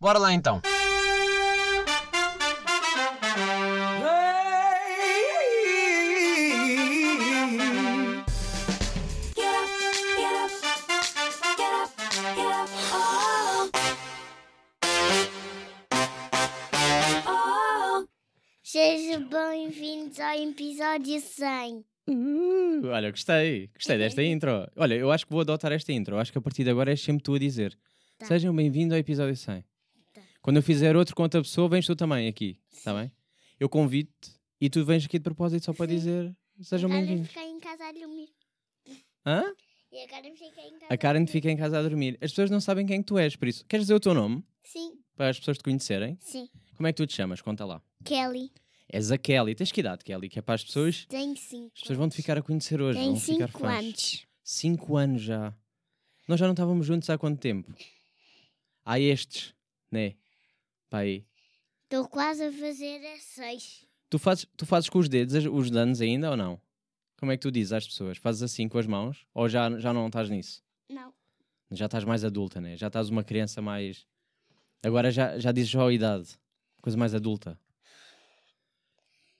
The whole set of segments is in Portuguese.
Bora lá então! Get up, get up, get up, get up, oh. Oh. Sejam bem-vindos ao episódio 100. Uh, olha, gostei, gostei desta intro. Olha, eu acho que vou adotar esta intro. Acho que a partir de agora é sempre tu a dizer. Tá. Sejam bem-vindos ao episódio 100. Tá. Quando eu fizer outro com outra pessoa, vens tu também aqui, está bem? Eu convido-te e tu vens aqui de propósito só para Sim. dizer sejam Agora bem-vindos. fiquei em casa a dormir. Hã? E agora fiquei em casa A Karen fica em casa a dormir. As pessoas não sabem quem que tu és, por isso. Queres dizer o teu nome? Sim, Para as pessoas te conhecerem? sim. Como é que tu te chamas? Conta lá. Kelly, És a Kelly. Tens que idade, Kelly? Que é para as pessoas. tenho 5. As pessoas vão te ficar a conhecer hoje. Tenho vão ficar 5 fãs. anos. 5 anos já. Nós já não estávamos juntos há quanto tempo? Há estes, né? Pá aí. Estou quase a fazer a 6. Tu fazes, tu fazes com os dedos as- os danos ainda ou não? Como é que tu dizes às pessoas? Fazes assim com as mãos? Ou já, já não estás nisso? Não. Já estás mais adulta, né? Já estás uma criança mais. Agora já, já dizes já a idade. Coisa mais adulta.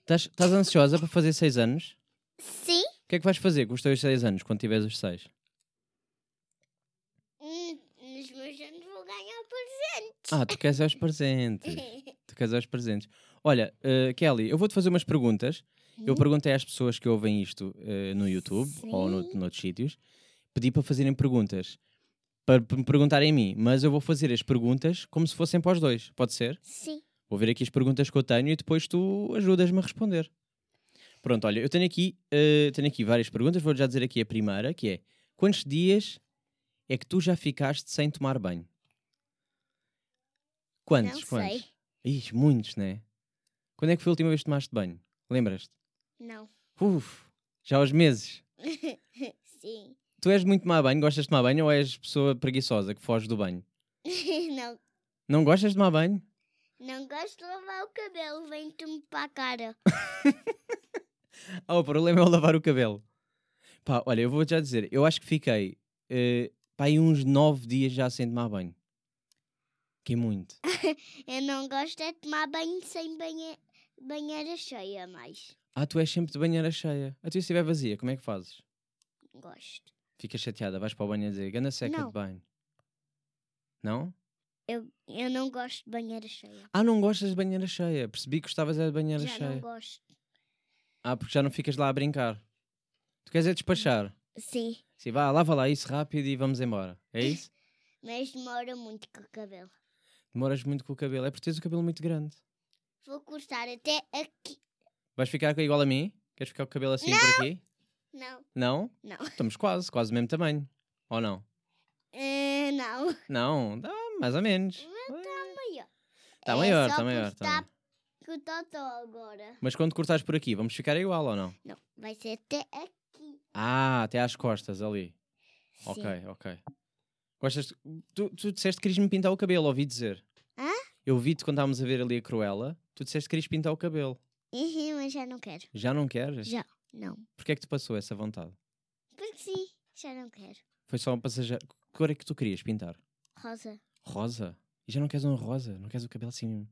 Estás, estás ansiosa para fazer 6 anos? Sim? O que é que vais fazer com os teus 6 anos quando tiveres os 6? Hum, nos meus anos vou ganhar presente. Ah, tu queres é os presentes. Tu queres é os presentes. Olha, eh, Kelly, eu vou-te fazer umas perguntas. Eu perguntei às pessoas que ouvem isto eh, no YouTube ou no, noutros sítios. Pedi para fazerem perguntas. Para p- me perguntarem a mim. Mas eu vou fazer as perguntas como se fossem para os dois. Pode ser? Sim. Vou ver aqui as perguntas que eu tenho e depois tu ajudas-me a responder. Pronto, olha, eu tenho aqui, eh, tenho aqui várias perguntas. Vou já dizer aqui a primeira, que é... Quantos dias é que tu já ficaste sem tomar banho? Quantos? Não quantos? sei. Ixi, muitos, né? Quando é que foi a última vez que tomaste banho? Lembras-te? Não. Uf, já aos meses. Sim. Tu és muito má banho, gostas de tomar banho ou és pessoa preguiçosa que foge do banho? não, Não gostas de tomar banho? não gosto de lavar o cabelo, vem-te-me para a cara. Ah, o problema é o lavar o cabelo. Pá, olha, eu vou já dizer, eu acho que fiquei eh, pá, aí uns nove dias já sem tomar banho. Que é muito. Eu não gosto é de tomar banho sem banhe- banheira cheia mais. Ah, tu és sempre de banheira cheia. A tua estiver vazia, como é que fazes? Gosto. Ficas chateada, vais para o banho a dizer, ganda seca Não. de banho. Não? Eu não gosto de banheira cheia. Ah, não gostas de banheira cheia. Percebi que gostavas era de banheira Já não cheia. gosto. Ah, porque já não ficas lá a brincar. Tu queres é despachar. Sim, Sim, vá, lava lá isso rápido e vamos embora. É isso? mas demora muito com o cabelo. Demoras muito com o cabelo. É porque tens o cabelo muito grande. Vou cortar até aqui. Vais ficar igual a mim? Queres ficar com o cabelo assim por aqui? Não, Não? Não. Estamos quase, quase do mesmo tamanho. Ou não? Eh, não. Tá Não, dá mais ou menos. Maior. Está É maior, só está maior. cortar tá maior. Com o Totó agora. Mas quando cortares por aqui, vamos ficar igual ou não? Não, vai ser até aqui. Ah, até às costas ali. Sim. Ok, ok. Gostas de- tu, tu disseste que querias-me pintar o cabelo, ouvi dizer. Hã? Eu vi-te quando estávamos a ver ali a Cruella, tu disseste que querias pintar o cabelo. Ih, mas já não quero. Já não queres? Já. Não. Porquê é que te passou essa vontade? Porque sim, já não quero. Foi só um passageiro. Que cor é que tu querias pintar? Rosa. Rosa? E já não queres um rosa? Não queres o cabelo assim...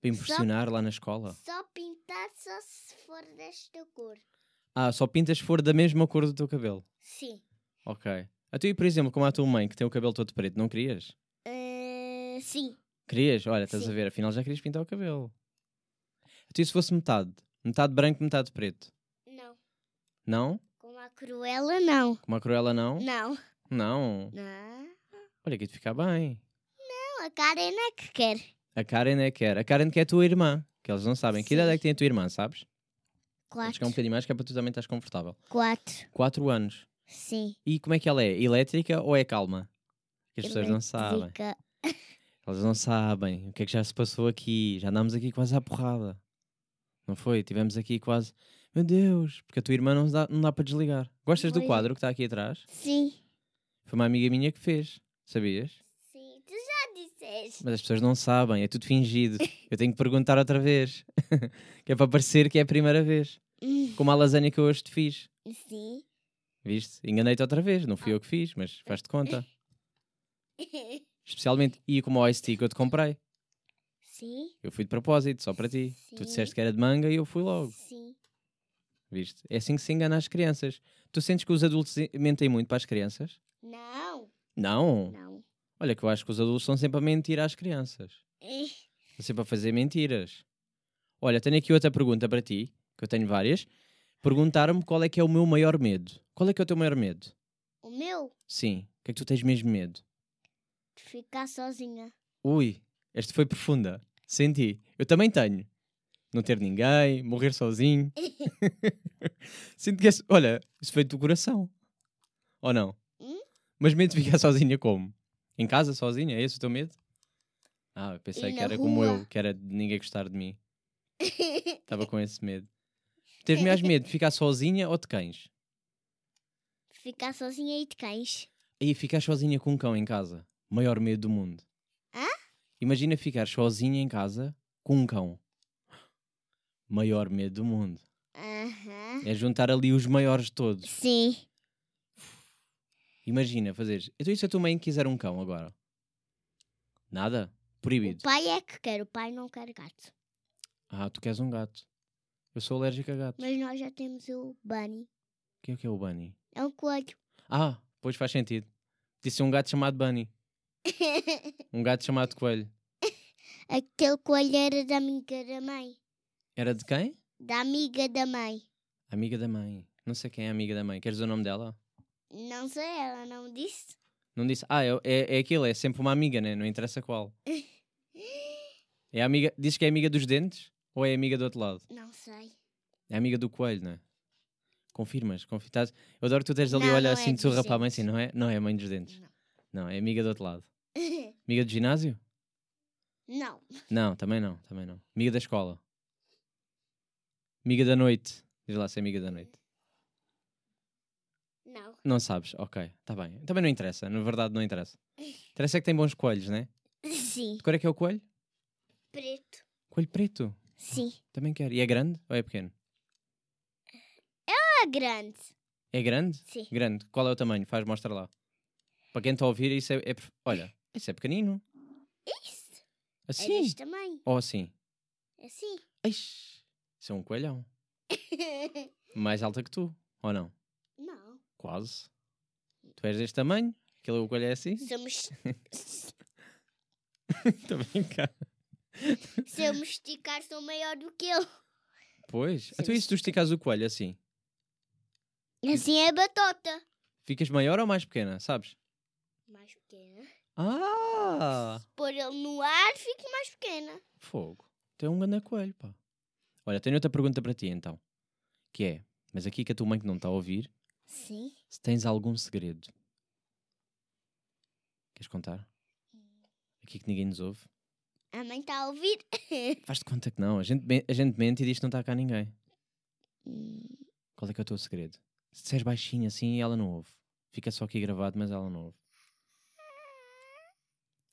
Para impressionar lá na escola? Só pintar só se for desta cor. Ah, só pintas se for da mesma cor do teu cabelo. Sim. Ok. A tu, e, por exemplo, como a tua mãe, que tem o cabelo todo preto, não querias? Eh, sim. Querias? Olha, estás Sim. a ver, afinal já querias pintar o cabelo. Então, e se fosse metade? Metade branco, metade preto? Não. Não? Com a cruela, não. Como a Cruella não? Não. Não. Não. Olha, que te ficar bem. A Karen é que quer. A Karen é que era. A Karen que é a tua irmã, que eles não sabem. Que Sim. idade é que tem a tua irmã, sabes? Vou chegar um Quatro. bocadinho mais, que é para tu também estás confortável. Quatro. 4 anos. Sim. E como é que ela é? Elétrica ou é calma? Que as pessoas não sabem. Elétrica. Elas não sabem o que é que já se passou aqui. Já andámos aqui quase à porrada. Não foi? Tivemos aqui quase. Meu Deus, porque a tua irmã não dá, não dá para desligar. Gostas do Pois é. quadro que está aqui atrás? Sim. Foi uma amiga minha que fez, sabias? Sim, tu já disseste. Mas as pessoas não sabem, é tudo fingido. Eu tenho que perguntar outra vez. que é para parecer que é a primeira vez. Como a lasanha que eu hoje te fiz. Hum. Sim. Ah. Viste? Enganei-te outra vez. Não fui eu que fiz, mas faz-te conta. Especialmente. E como o Ice Tea que eu te comprei. Sim, Eu fui de propósito, só para ti. Tu Sim. disseste que era de manga e eu fui logo. sim. Viste? É assim que se engana as crianças. Tu sentes que os adultos mentem muito para as crianças? Não, Não. não. Olha, que eu acho que os adultos são sempre a mentir às crianças. Eh, Estão sempre a fazer mentiras. Olha, tenho aqui outra pergunta para ti, que eu tenho várias. Perguntaram-me qual é que é o meu maior medo. Qual é que é o teu maior medo? O meu, Sim. O que é que tu tens mesmo medo? de ficar sozinha. Ui, esta foi profunda. Senti. Eu também tenho. Não ter ninguém, morrer sozinho. Sinto que esse... Olha, isso veio do coração. Ou não? Hum? Mas medo de ficar sozinha como? Em casa, sozinha? É esse o teu medo? Ah, eu pensei E que na era como eu, rua. que era de ninguém gostar de mim. Estava com esse medo. Tens mais medo de ficar sozinha ou de cães? Ficar sozinha e de cães. Aí ficar sozinha com um cão em casa. Maior medo do mundo. Hã? Imagina ficar sozinha em casa com um cão. Maior medo do mundo. Aham. É juntar ali os maiores de todos. Sim. Imagina fazeres. Então e se a tua mãe quiser um cão agora? Nada? O Proibido. pai é que quer, o pai não quer gato. Ah, tu queres um gato. Eu sou alérgico a gatos. Mas nós já temos o Bunny. Quem é que é o Bunny? É um coelho. Ah, pois faz sentido. Disse um gato chamado Bunny. Um gato chamado Coelho. Aquele coelho era da amiga da mãe. Era de quem? Da amiga da mãe. Amiga da mãe. Não sei quem é a amiga da mãe. Queres o nome dela? Não sei, ela não disse. Não disse. Ah, é, é, é aquilo, é sempre uma amiga, né? Não interessa qual. É a amiga. Diz que é amiga dos dentes ou é amiga do outro lado? Não sei. É amiga do coelho, né? Confirmas, confirmas. Eu adoro que tu tens ali, Não, olha não assim, é de surra dos para a mãe dentes. assim, não é? Não, é a mãe dos dentes. Não. Não, é amiga do outro lado. Amiga do ginásio? Não. Não, também não, também não. Amiga da escola. Amiga da noite. Diz lá se é amiga da noite. Não. Não sabes, ok, está bem. Também não interessa, na verdade não interessa. Interessa é que tem bons coelhos, né? Sim. De cor é que é o coelho? Preto. Coelho preto. Sim. Também quero. E é grande ou é pequeno? Ah, grande. É grande? Sim. Grande. Qual é o tamanho? Faz, mostra lá. Para quem está a ouvir, isso é. é perf- Olha, isso é pequenino. Isso. É Assim? deste tamanho. Ou assim? Assim. Ixi, isso é um coelhão. Mais alta que tu, ou não? não. Quase. Tu és deste tamanho? Aquele coelho é assim? Somos. Estou a brincar. Se eu me esticar, sou maior do que eu. Pois. é Então, e se tu esticas o coelho assim? Assim é batota. Ficas maior ou mais pequena, sabes? Mais pequena. Ah! Pôr ele no ar, fico mais pequena. Fogo. Tem um grande coelho, pá. Olha, tenho outra pergunta para ti então. Que é, mas aqui que a tua mãe que não está a ouvir, Sim. se tens algum segredo. Queres contar? Aqui que ninguém nos ouve. A mãe está a ouvir. Faz-te conta que não. A gente, men- a gente mente e diz que não está cá ninguém. Hum. Qual é que é o teu segredo? Se disseres baixinho assim, ela não ouve. Fica só aqui gravado, mas ela não ouve.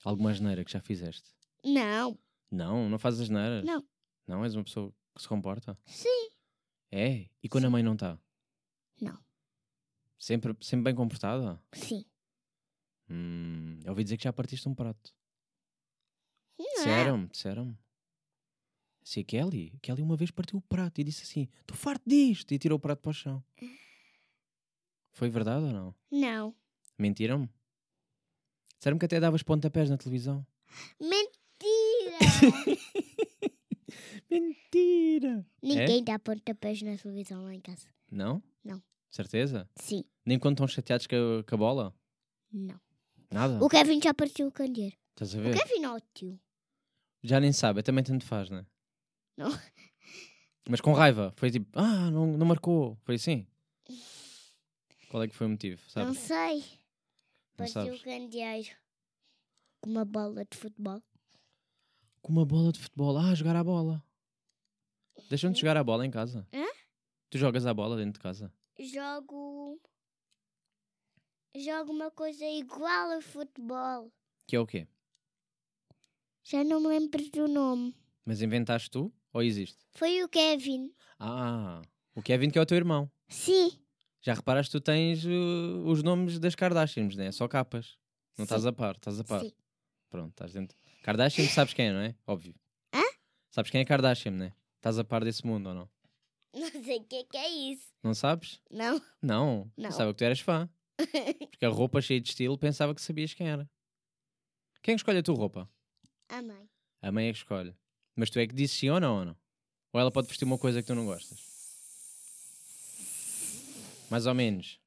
Alguma asneira que já fizeste? Não. Não, não fazes asneiras. Não. Não, és uma pessoa que se comporta. Sim. É? E quando a mãe não está? Não. Sempre, sempre bem comportada? Sim. Hum, eu ouvi dizer que já partiste um prato. Não. é? Disseram-me, disseram-me. Se a Kelly, a Kelly uma vez partiu o prato e disse assim: Estou farto disto! E tirou o prato para o chão. Foi verdade ou não? Não. Mentiram-me? Disseram-me que até davas pontapés na televisão. Mentira. Mentira! Ninguém É? dá pontapés na televisão lá em casa. Não? Não. Certeza? Sim. Nem quando estão chateados com a, com a bola? Não. Nada? O Kevin já partiu o candeeiro. Estás a O ver? Kevin não é o tio. Já nem sabe, eu também tanto faz, né? Não. Mas com raiva, foi tipo, ah, não, não marcou, foi assim. Qual é que foi o motivo, Não sabes? sei. Não Partiu sabes. o candeeiro. Com uma bola de futebol. Com uma bola de futebol, ah, jogar à bola. Deixam-te jogar à bola em casa. Hã? Tu jogas à bola dentro de casa. Jogo. Jogo uma coisa igual a futebol. Que é o quê? Já não me lembro do nome. Mas inventaste tu ou existe? Foi o Kevin. Ah, o Kevin que é o teu irmão. Sim. Já reparaste eh, que tu tens uh, os nomes das Kardashians, né? Só capas. Sim. Não estás a par, estás a par. Sim. Pronto, estás dentro. Kardashian, sabes quem é, não é? Óbvio. Hã? Sabes quem é Kardashian, não é? Estás a par desse mundo ou não? Não sei o que, que é isso. Não sabes? Não. Não. Não. Pensava que tu eras fã. Porque a roupa cheia de estilo pensava que sabias quem era. Quem é escolhe a tua roupa? A mãe. A mãe é que escolhe. Mas tu é que dizes sim ou não ou não? Ou ela pode vestir uma coisa que tu não gostas? Mais ou menos.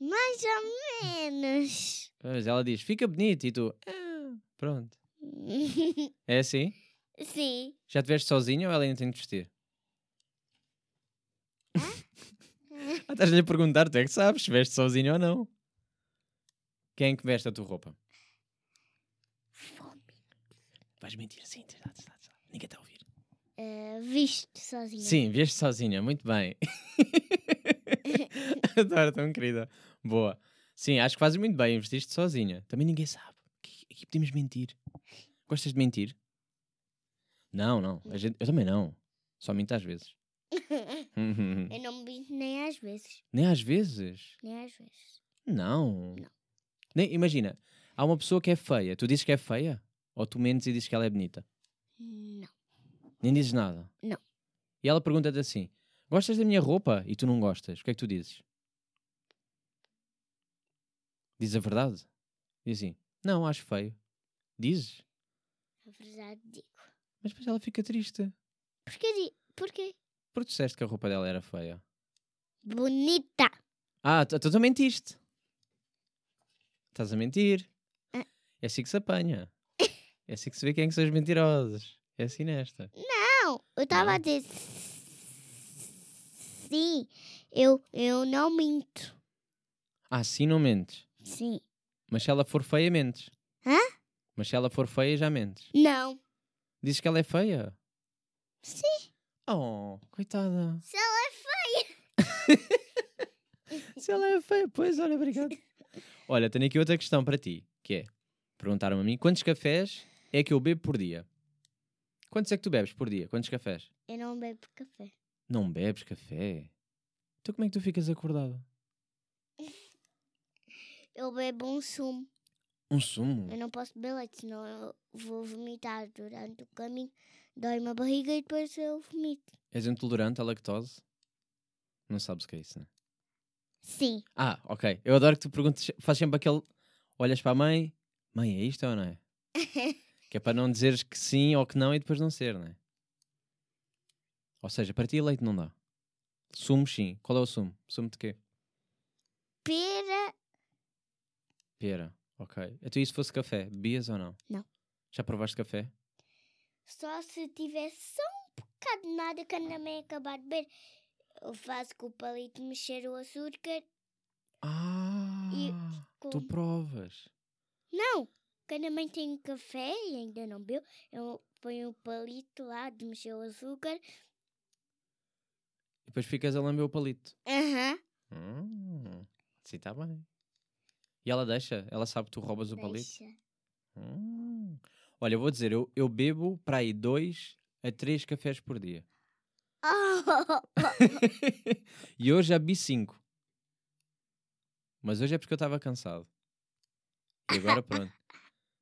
Mais ou menos. Pois ela diz, fica bonito e tu. "Ah, pronto. É assim? Sim. Já te vestes sozinha ou ela ainda tem de vestir? Ah, Estás-lhe a perguntar, tu é que sabes, se vestes sozinha ou não. Quem é que veste a tua roupa? Vais mentir, sim, diz lá, diz lá, diz lá. ninguém está a ouvir. Eh, visto sozinha. Sim, vieste sozinha, muito bem. Adoro, tão querida. Boa. Sim, acho que fazes muito bem, investiste sozinha. Também ninguém sabe. Aqui, aqui podemos mentir. Gostas de mentir? Não, não. a gente- eu também não. Só minto às vezes. Eu não me minto nem às vezes. Nem às vezes? Nem às vezes. Não. Não. Nem, imagina, há uma pessoa que é feia. Tu dizes que é feia? Ou tu mentes e dizes que ela é bonita? Não. Nem dizes nada? Não. E ela pergunta-te assim: Gostas da minha roupa? E tu não gostas. O que é que tu dizes? Diz a verdade? Diz assim: Não, acho feio. Dizes? A verdade digo. Mas depois ela fica triste. Porquê? di- Porquê? Porque disseste que a roupa dela era feia. Bonita. Ah, tu, tu, tu mentiste. Estás a mentir. Ah. É assim que se apanha. É assim que se vê quem é que são os mentirosos. É assim nesta. Não, eu estava a dizer. Sim, eu, eu não minto. Ah, sim, não mentes. Sim. Mas se ela for feia, mentes. Hã? Mas se ela for feia, já mentes. Não. Dizes que ela é feia? Sim. Oh, coitada. Se ela é feia. Se ela é feia, pois, olha, obrigado. Olha, tenho aqui outra questão para ti, que é, perguntaram-me a mim, quantos cafés é que eu bebo por dia? Quantos é que tu bebes por dia? Quantos cafés? Eu não bebo café. Não bebes café? Então como é que tu ficas acordada? Eu bebo um sumo. Um sumo? Eu não posso beber leite, senão eu vou vomitar durante o caminho. Dói-me a barriga e depois eu vomito. És intolerante à lactose? Não sabes o que é isso, né? Sim. Ah, ok. Eu adoro que tu perguntes, faz sempre aquele. Olhas para a mãe, mãe, é isto ou não é? que é para não dizeres que sim ou que não e depois não ser, não é? Ou seja, para ti leite não dá. Sumo sim. Qual é o sumo? Sumo de quê? Pera. Pera. Ok. Então e se fosse café? Bebias ou não? Não. Já provaste café? Só se tiver só um bocado de nada que ainda me acabar de beber. Eu faço com o palito mexer o açúcar. Ah! Com... Tu provas. Não! Quando a mãe tem café e ainda não bebeu, eu ponho o palito lá de mexer o açúcar. E depois ficas a lamber o palito. Aham. Hum, sim, está bem. E ela deixa? Ela sabe que tu roubas o palito? Deixa. Hum. Olha, eu vou dizer, eu, eu bebo para aí dois a três cafés por dia. Oh, e hoje já bebi cinco. Mas hoje é porque eu estava cansado. E agora pronto.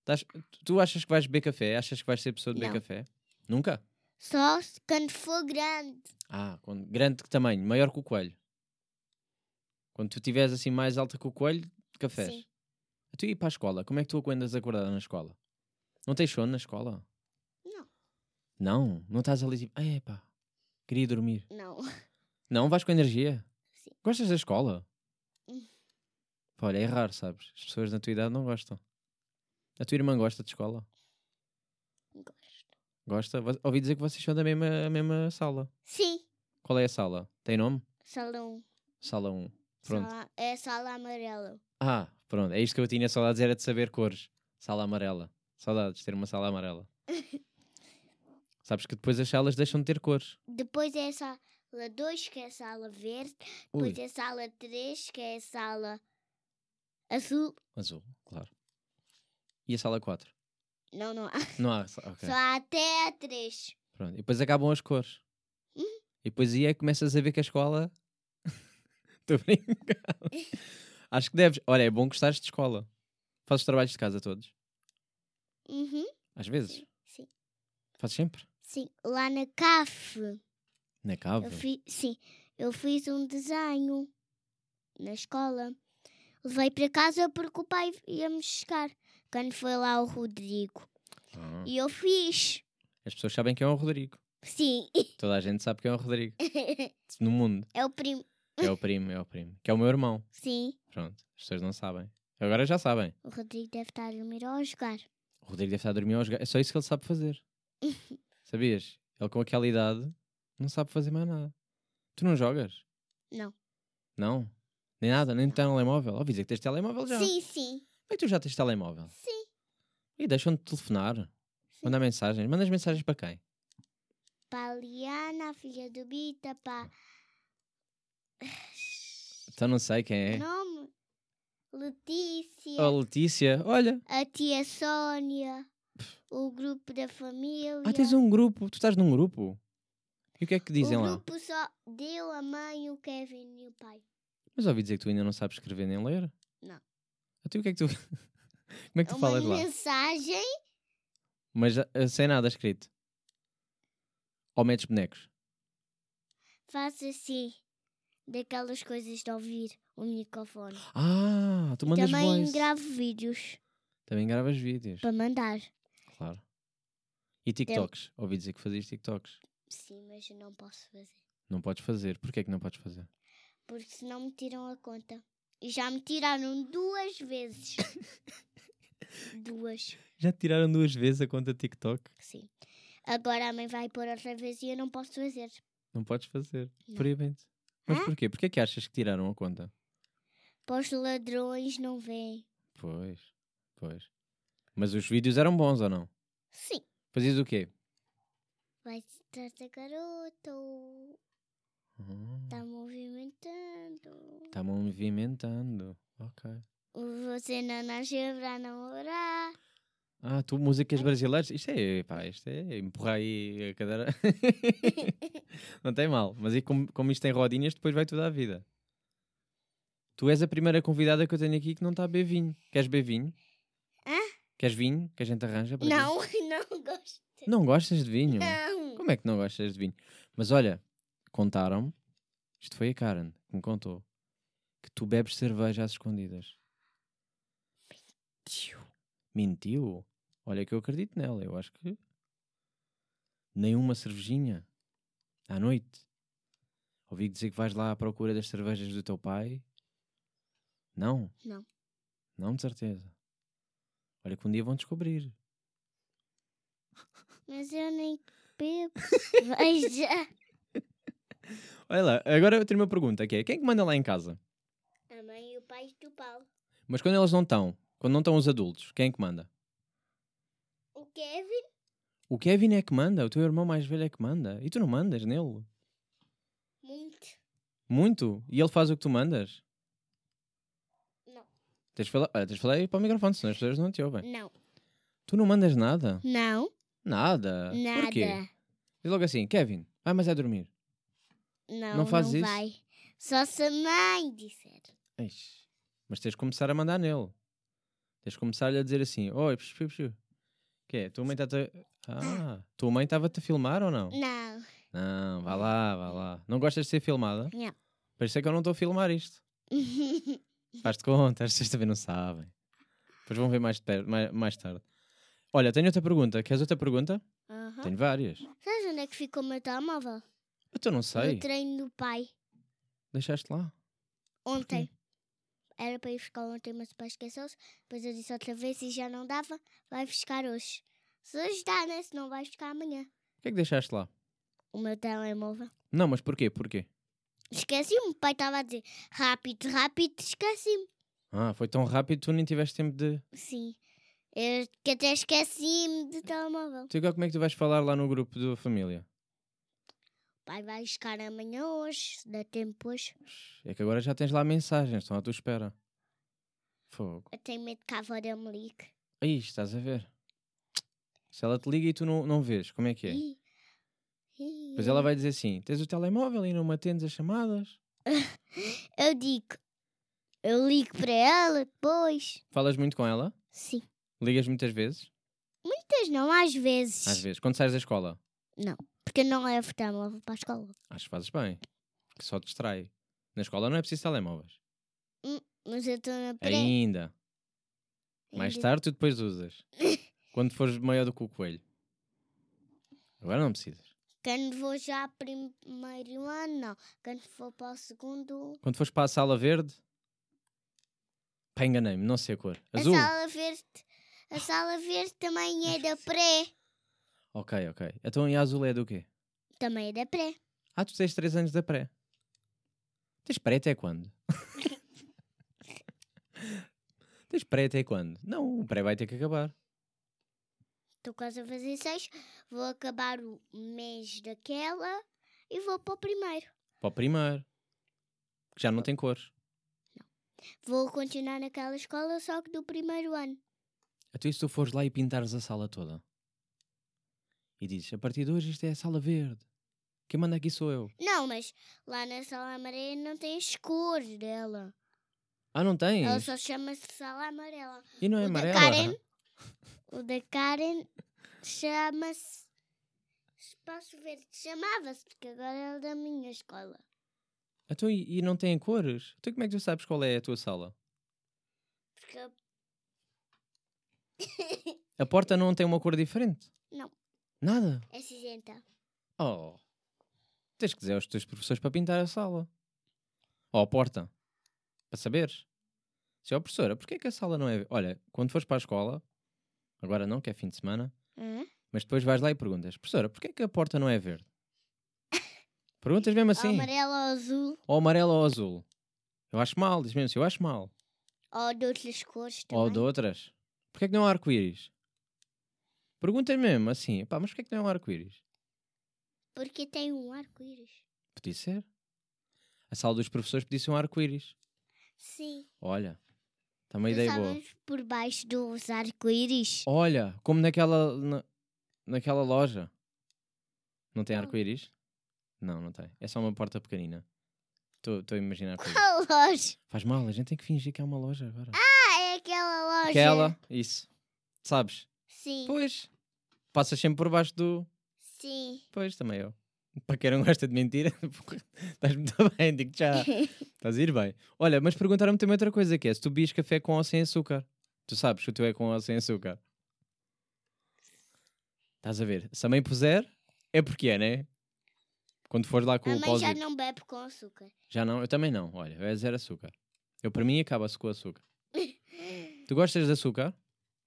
Tás- tu- tu achas que vais beber café? Achas que vais ser pessoa de beber Não. café? Nunca? Só se quando for grande. Ah, quando, grande que tamanho, maior que o coelho. Quando tu estiveres assim mais alta que o coelho, cafés. Sim. Tu ir para a escola, como é que tu andas acordada na escola? Não tens sono na escola? Não. Não? Não estás ali tipo, "Ai, epá, queria dormir. Não. Não, vais com energia. Sim. Gostas da escola? Hum. Pá, olha, é raro, sabes? As pessoas na tua idade não gostam. A tua irmã gosta de escola? Gosto. Gosta? Vo- Ouvi dizer que vocês são da mesma, a mesma sala. Sim. Qual é a sala? Tem nome? Salão. Sala 1. Pronto. Sala, é sala amarela. Ah, pronto, é isto que eu tinha saudades, era de saber cores. Sala amarela. Saudades de ter uma sala amarela. Sabes que depois as salas deixam de ter cores. Depois é a sala 2, que é a sala verde. Depois é a sala 3, que é a sala azul. Azul, claro. E a sala 4? Não, não há. Não há. sa- ok. Só há até a 3. Pronto. E depois acabam as cores. E depois aí é que começas a ver que a escola. Estou brincando. Acho que deves. Olha, é bom gostares de escola. Fazes trabalhos de casa todos. Uhum. Às vezes? Sim. Fazes sempre? Sim, lá na CAF. Na cava? Eu fi, sim, eu fiz um desenho na escola. Levei para casa porque o pai ia-me buscar. Quando foi lá o Rodrigo. Ah. E eu fiz. As pessoas sabem quem é o Rodrigo. Sim, Toda a gente sabe quem é o Rodrigo. No mundo. é o primo. É o primo, é o primo. Que é o meu irmão. Sim, Pronto. As pessoas não sabem. Agora já sabem. o Rodrigo deve estar a dormir ou a jogar. O Rodrigo deve estar a dormir aos ga- É só isso que ele sabe fazer. Sabias? Ele com aquela idade não sabe fazer mais nada. Tu não jogas? Não. Não? Nem nada? Nem telemóvel? Ouvi dizer que tens telemóvel já. Ah. Sim, sim. Mas tu já tens telemóvel? Sim. E deixam de telefonar? Mandar mensagens? Mandas mensagens para quem? Para a Liana, a filha do Bita, para. Então não sei quem é. Nome? Letícia. Oh, Letícia, olha. A tia Sónia. O grupo da família. Ah, tens um grupo. Tu estás num grupo. E o que é que dizem o lá? Um grupo só deu a mãe, o Kevin e o pai. Mas ouvi dizer que tu ainda não sabes escrever nem ler. Não. Então o que é que tu... Como é que tu Uma falas lá? mensagem. Mas ah, sem nada escrito. Ou metes bonecos. Faço assim. Daquelas coisas de ouvir o microfone. Ah, tu mandas Também voice. gravo vídeos Também gravas vídeos. para mandar. Claro. E um TikToks. Ouvi dizer que fazias TikToks. Sim, mas eu não posso fazer. Não podes fazer. Porquê é que não podes fazer? Porque senão me tiram a conta. E já me tiraram duas vezes. duas, Já te tiraram duas vezes a conta TikTok. sim. Agora a mãe vai pôr outra vez e eu não posso fazer. Não podes fazer. Não. Proibido. Mas Hã? porquê? Porquê que achas que tiraram a conta? Para os ladrões não vêm. Pois, pois. Mas os vídeos eram bons ou não? Sim. Fazias o quê? Vai atrás da garota. Está Tá movimentando. Está movimentando. Ok. Você não nasceu para namorar. Ah, tu músicas brasileiras? Isto é, pá, isto é empurrar aí a cadeira. Não tem mal. Mas e como, como isto tem rodinhas, depois vai tudo à vida. Tu és a primeira convidada que eu tenho aqui que não está a beber vinho. Queres beber vinho? Hã? Queres vinho que a gente arranja? para ti? Não, não gosto. Não gostas de vinho? Não. Como é que não gostas de vinho? Mas olha, contaram-me, isto foi a Karen que me contou, que tu bebes cerveja às escondidas. Mentiu. Mentiu? Olha que eu acredito nela, eu acho que... Nenhuma cervejinha. À noite. Ouvi dizer que vais lá à procura das cervejas do teu pai. Não? Não. Não, de certeza. Olha que um dia vão descobrir. Mas eu nem bebo. Veja. Olha lá, agora eu tenho uma pergunta, que é, quem é que manda lá em casa? A mãe e o pai do Paulo. Mas quando eles não estão, quando não estão os adultos, quem é que manda? O Kevin? O Kevin é que manda, o teu irmão mais velho é que manda. E tu não mandas nele? Muito. Muito? E ele faz o que tu mandas? Não. Tens de falar, olha, tens de falar aí para o microfone, senão as pessoas não te ouvem. Não. Tu não mandas nada? Não. Nada. Nada. Porquê? Diz logo assim, Kevin, vai mais é dormir. Não, Não não, faz isso? vai. Só se a mãe disser. Eish. Mas tens de começar a mandar nele. Tens de começar-lhe a dizer assim, oi, psh, psh, psh. Que é, tua mãe está-te... Ah, tua mãe estava-te a filmar ou não? Não. Não, vá lá, vá lá. Não gostas de ser filmada? Não. Parece que eu não estou a filmar isto. Faz-te conta, as pessoas também não sabem. Depois vão ver mais, per- mai- mais tarde. Olha, tenho outra pergunta. Queres outra pergunta? Aham. Tenho várias. Sabes onde é que ficou o meu telemóvel? Eu tu não sei. No treino do pai. Deixaste lá. Ontem. Era para ir buscar ontem, mas o pai esqueceu-se. Depois eu disse outra vez e já não dava. Vai buscar hoje. Se hoje dá, né? Se não vai buscar amanhã. O que é que deixaste lá? O meu telemóvel. Não, mas porquê? Porquê? Esqueci-me. O pai estava a dizer rápido, rápido. Esqueci-me. Ah, foi tão rápido que tu nem tiveste tempo de... Sim. Eu que até esqueci-me do telemóvel. Tu agora como é que tu vais falar lá no grupo da família? O pai vai buscar amanhã hoje. Se der tempo hoje. É que agora já tens lá mensagens, estão à tua espera. Fogo. Eu tenho medo que a avó dele me ligue. Aí, estás a ver. Se ela te liga e tu não, não vês, como é que é? Ih. Ih. Pois ela vai dizer assim: tens o telemóvel e não me atendes as chamadas. Eu digo. Eu ligo para ela depois. Falas muito com ela? Sim. Ligas muitas vezes? Muitas não, às vezes. Às vezes. Quando sais da escola, Não. Porque eu não levo telemóvel para a escola. acho que fazes bem. Que só te distrai. Na escola não é preciso telemóveis. Mas eu estou na pré. Ainda. Mais Ainda- tarde tu depois usas. Quando fores maior do que o coelho. Agora não precisas. Quando vou já ao primeiro ano, não. Quando for para o segundo. Quando fores para a sala verde. Pá, enganei-me, não sei a cor. Azul. A sala verde. A sala verde também é da pré. Ok, ok. Então e a azul é do quê? Também é da pré. Ah, tu tens 3 anos da pré. Tens pré até quando? tens pré até quando? Não, o pré vai ter que acabar. Estou quase a fazer seis. Vou acabar o mês daquela e vou para o primeiro. Para o primeiro. Que já não tem cores. Vou continuar naquela escola, só que do primeiro ano. Até se tu fores lá e pintares a sala toda. E dizes, a partir de hoje isto é a sala verde. Quem manda aqui sou eu. Não, mas lá na sala amarela não tem as cores dela. Ah, não Ela tens? só chama-se sala amarela. E não o é da amarela? Karen. O da Karen chama-se Espaço Verde. Chamava-se, porque agora é da minha escola. Então, e, e não tem cores? Então como é que tu sabes qual é a tua sala? Porque eu- A porta não tem uma cor diferente? Não. Nada? é cinzenta. Oh. Tens que dizer aos teus professores para pintar a sala. Ou a porta. Para saberes. Se é professora, porquê que a sala não é. Olha, quando fores para a escola, agora não, que é fim de semana, mas depois vais lá e perguntas: professora, porquê que a porta não é verde? Perguntas mesmo assim. Amarelo ou azul, Ou amarelo ou azul. Eu acho mal, diz mesmo assim, eu acho mal. ou de outras cores também. Ou de outras. Porquê que não há arco-íris? Perguntas mesmo assim, pá, mas porquê que não é um arco-íris? Porque tem um arco-íris. Podia ser. A sala dos professores podia ser um arco-íris. Sim. Olha, está uma ideia boa. Passávamos por baixo dos arco-íris. Olha, como naquela, na- naquela loja. Não tem Não. arco-íris? Não, não tem. É só uma porta pequenina. Estou a imaginar arco-íris. A loja. Faz mal, a gente tem que fingir que é uma loja agora. Ah, é aquela loja. Aquela, isso. Sabes? Sim. Pois. Passas sempre por baixo do. Sim. Pois, também eu. Para quem não gosta de mentira, porra, estás muito bem, digo já. Estás a ir bem. Olha, mas perguntaram-me também outra coisa que é se tu bias café com ou sem açúcar. Tu sabes que o teu é com ou sem açúcar. Estás a ver? Se a mãe puser, é porque é, né? Quando fores lá com a o mãe já pósito. não bebe com açúcar. Já não, eu também não. Olha, é zero açúcar. Eu para mim acaba-se com açúcar. tu gostas de açúcar?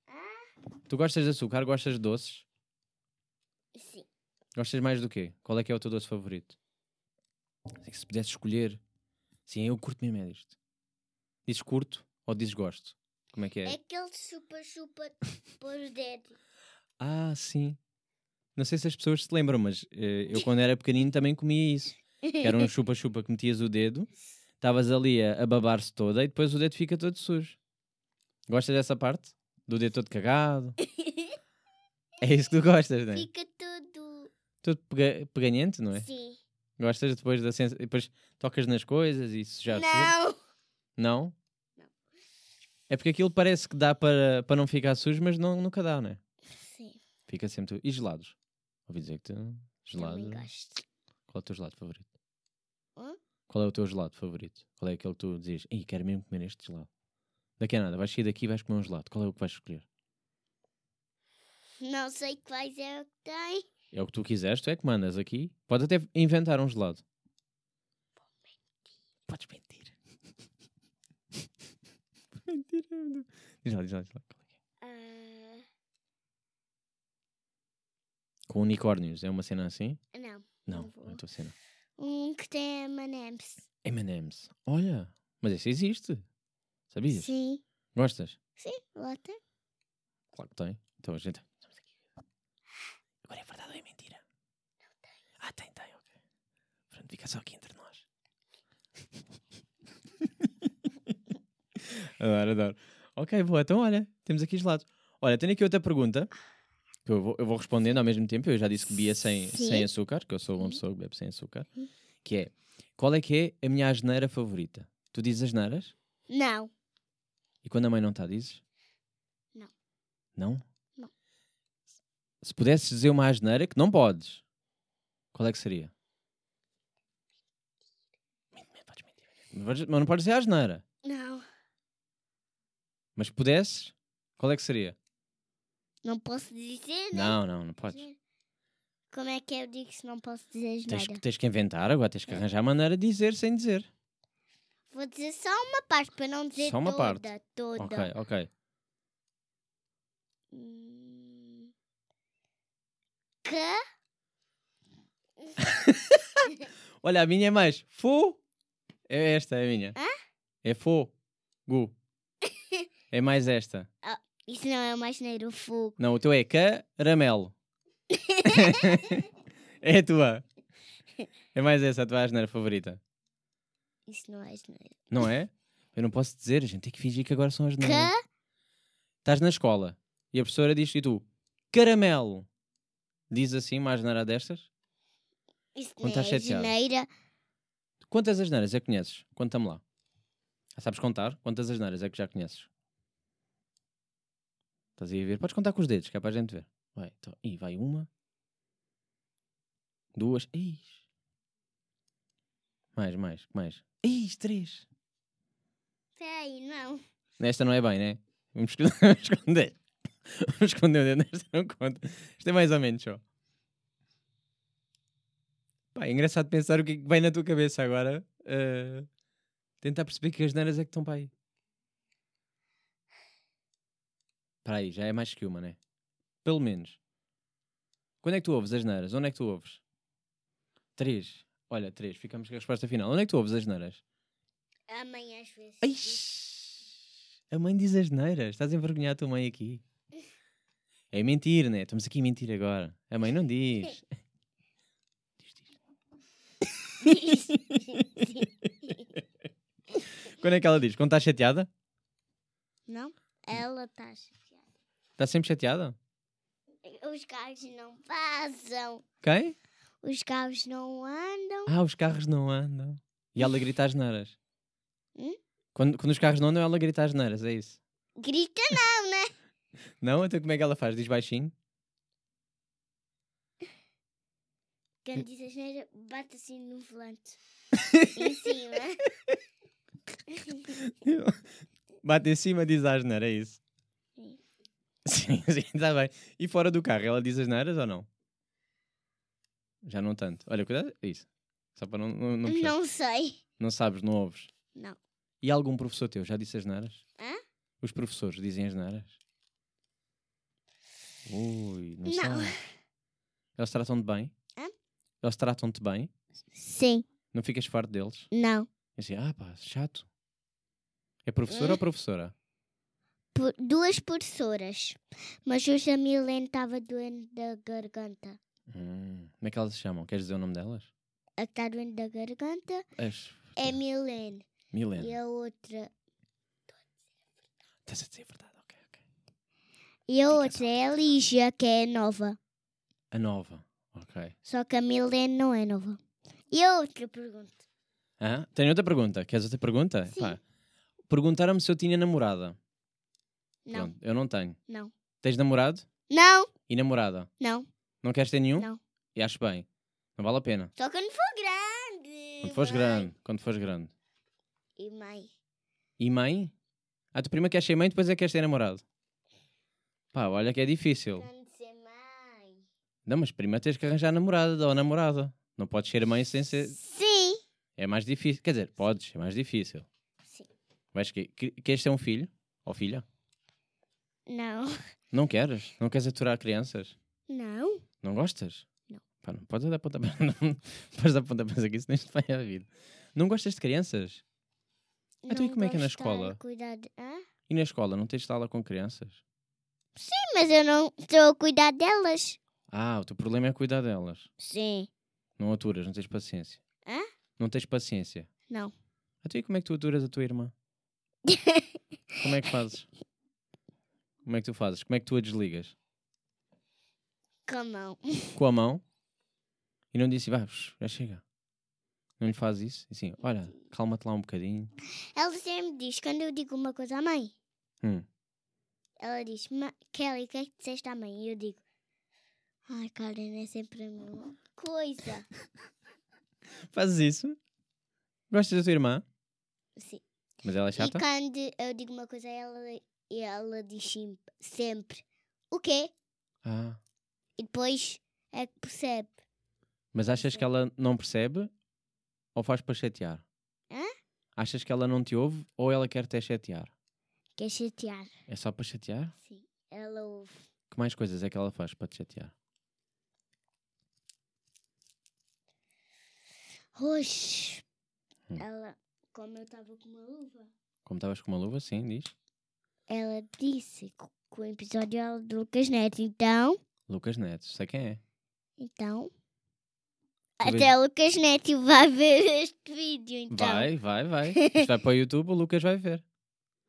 Ah. Tu gostas de açúcar? Gostas de doces? Sim. Gostas mais do quê? Qual é que é o teu doce favorito? Assim, Se pudesse escolher. Sim, eu curto mesmo é disto. Dizes curto ou dizes gosto? Como é que é? É aquele chupa-chupa por dedo. Ah, sim. Não sei se as pessoas se lembram, mas eh, eu quando era pequenino também comia isso. Que era um chupa-chupa que metias o dedo, estavas ali a, a babar-se toda e depois o dedo fica todo sujo. Gostas dessa parte? Do dedo todo cagado? É isso que tu gostas, não é? Fica tudo. Todo pega peganhento, não é? Sim. Gostas depois da sensação. Depois tocas nas coisas e sujar tudo? não! Não? É porque aquilo parece que dá para, para não ficar sujo, mas não, nunca dá, né? Sim. Fica sempre. tu- E gelados? Ouvi dizer que tu. Gelado. Também gosto. Qual é o teu gelado favorito? Hã? Qual é o teu gelado favorito? Qual é aquele que tu dizes, ei, quero mesmo comer este gelado? Daqui a nada, vais sair daqui e vais comer um gelado. Qual é o que vais escolher? Não sei quais é o que tem. É o que tu quiseres, tu é que mandas aqui. Pode até inventar um gelado. Podes mentir. mentir. é verdade. Diz lá, diz lá, diz lá. Ah, Com unicórnios, é uma cena assim? não. Não, Não não vou. é a tua cena. Um que tem M&M's. M&M's. Olha, mas esse existe. Sabias? Sim. Gostas? Sim, lá tem. Claro que tem. Então a gente. Agora é verdade ou é mentira? Não tem. Ah, tem, tem, ok. Pronto, fica só aqui entre nós. adoro, adoro. Ok, boa, então olha, temos aqui gelados. Olha, tenho aqui outra pergunta que eu vou, eu vou respondendo ao mesmo tempo. Eu já disse que bebia sem, Sim. sem açúcar, que eu sou uma pessoa que bebe sem açúcar. Que é: qual é que é a minha asneira favorita? Tu dizes asneiras? Não. E quando a mãe tá, não está, dizes? Não. Não? Não. Se pudesses dizer uma asneira que não podes, qual é que seria? Mente, mente, podes mentir. Não podes- Mas não podes dizer asneira. Não, Mas pudesses, qual é que seria? não posso dizer, né? Não, não, não podes. Como é que eu digo se não posso dizer Tens, asneira? que- tens que inventar agora, tens que arranjar maneira de dizer sem dizer. Vou dizer só uma parte para não dizer Só uma toda, parte. toda. Ok, ok. Hum. Que? Olha, a minha é mais fu. É esta, é a minha. É fu. Gu. É mais esta. Isso não é uma asneira, o fogo. Não, o teu é caramelo. é a tua. É mais essa a tua asneira favorita. Isso não é asneira. Não é? Eu não posso dizer, a gente tem que fingir que agora são as Que? neiras. Estás na escola e a professora diz e tu, caramelo. Diz assim, mais neira destas? Isso Quando não estás é chateado. asneira. Quantas asneiras é que conheces? Conta-me lá. Ah, Sabes contar? Quantas asneiras é que já conheces? Estás aí a ver? Podes contar com os dedos, que é para a gente ver. Vai, então, e vai uma. Duas. Ixi. Mais, mais, mais. Ixi, três. Peraí, não. Nesta não é bem, né? Vamos esco- vamos esconder. Vamos esconder o dedo, nesta não conta. Isto é mais ou menos só. Pá, é engraçado pensar o que é que vem na tua cabeça agora. eh, tentar perceber que as neiras é que estão para aí. Para aí, já é mais que uma, né? Pelo menos. Quando é que tu ouves as neiras? Onde é que tu ouves? Três. Olha, três. Ficamos com a resposta final. Onde é que tu ouves as neiras? Amanhã às vezes. Ai, a mãe diz asneiras. Estás a envergonhar a tua mãe aqui. É mentir, né? Estamos aqui a mentir agora. A mãe não diz. Quando é que ela diz? Quando está chateada? Não? Ela tá está chateada. Está sempre chateada? Os carros não passam. Quem? Os carros não andam. Ah, os carros não andam. E ela grita asneiras. Hum? Quando, quando os carros não andam, ela grita asneiras, é isso? Grita não, né? Não? Então como é que ela faz? Diz baixinho? Quando diz asneira, bate assim no volante. em cima. Bate em cima, diz asneira, é isso? Sim. Sim, sim, está bem. E fora do carro, ela diz asneiras ou não? Já não tanto. Olha, cuidado, é isso. Só para não, não, não puxar. Não sei. Não sabes, não ouves. Não. E algum professor teu já disse as naras? Hã? Os professores dizem as naras? Ui, não, Não. sabes. Eles tratam-te bem? Hã? Eles tratam-te bem? Sim. Não ficas farto deles? Não. E assim, ah pá, chato. É professora Hum? ou professora? Por- duas professoras. Mas hoje a Milene estava doente da garganta. Hum, como é que elas se chamam? Queres dizer o nome delas? A que está doente da garganta As... é Milene. E Milena. a outra. Estás a dizer a verdade, ok, ok. E a outra é a Lígia, que é nova. A nova, ok. Só que a Milene não é nova. E a outra pergunta. Hã? Tenho outra pergunta. Queres outra pergunta? Sim. Perguntaram-me se eu tinha namorada. Não, Pronto, eu não tenho. não. Tens namorado Não, e namorada? não. Não queres ter nenhum? Não. E acho bem. Não vale a pena. Só quando for grande. Quando fores mãe. grande. Quando fores grande. E mãe. E mãe? Ah, tu prima queres ser mãe, depois é que queres ter namorado. Pá, olha que é difícil. Quando é ser mãe. Não, mas prima tens que arranjar namorada ou namorada. Não podes ser mãe sem ser. Sim. É mais difícil. Quer dizer, podes, é mais difícil. Sim. Mas que, que, queres ter um filho? Ou filha? Não. Não queres? Não queres aturar crianças? Não. Não gostas? Não. Pá, não podes dar ponta para. Não podes dar ponta para aqui, senão isto vai à vida. Não gostas de crianças? Então, e Não como é que é na gosto de escola? estar a cuidar de- Hã? E na escola, não tens sala com crianças? Mas eu não estou a cuidar delas. Ah, o teu problema é cuidar delas. Sim. Não aturas, não tens paciência. Hã? Não tens paciência. Não. Até como é que tu aturas a tua irmã? como é que fazes? Como é que tu fazes? Como é que tu a desligas? Camão. Com a mão e não disse, vá, já chega. Não lhe faz isso? E Assim, olha, calma-te lá um bocadinho. Ela sempre diz, quando eu digo uma coisa à mãe, Hum. ela diz, "Ma- Kelly, o que é que disseste à mãe? E eu digo, Ai, Karen, é sempre a mesma coisa. Fazes isso? Gostas da tua irmã? Sim. Mas ela é E chata? quando eu digo uma coisa, ela, ela diz sim- sempre o quê? Ah. E depois é que percebe. Mas achas que ela não percebe ou faz para chatear? Hã? Achas que ela não te ouve ou ela quer te chatear? Quer chatear. É só para chatear? Sim. Ela ouve. Que mais coisas é que ela faz para te chatear? Roxo. Hum. Ela, como eu estava com uma luva, Como estavas com uma luva, sim, diz. ela disse que que o episódio era do Lucas Neto. Então, Lucas Neto, sei quem é. então. Talvez- Até o Lucas Neto vai ver este vídeo, então. Vai, vai, vai. Isto vai para o YouTube, o Lucas vai ver.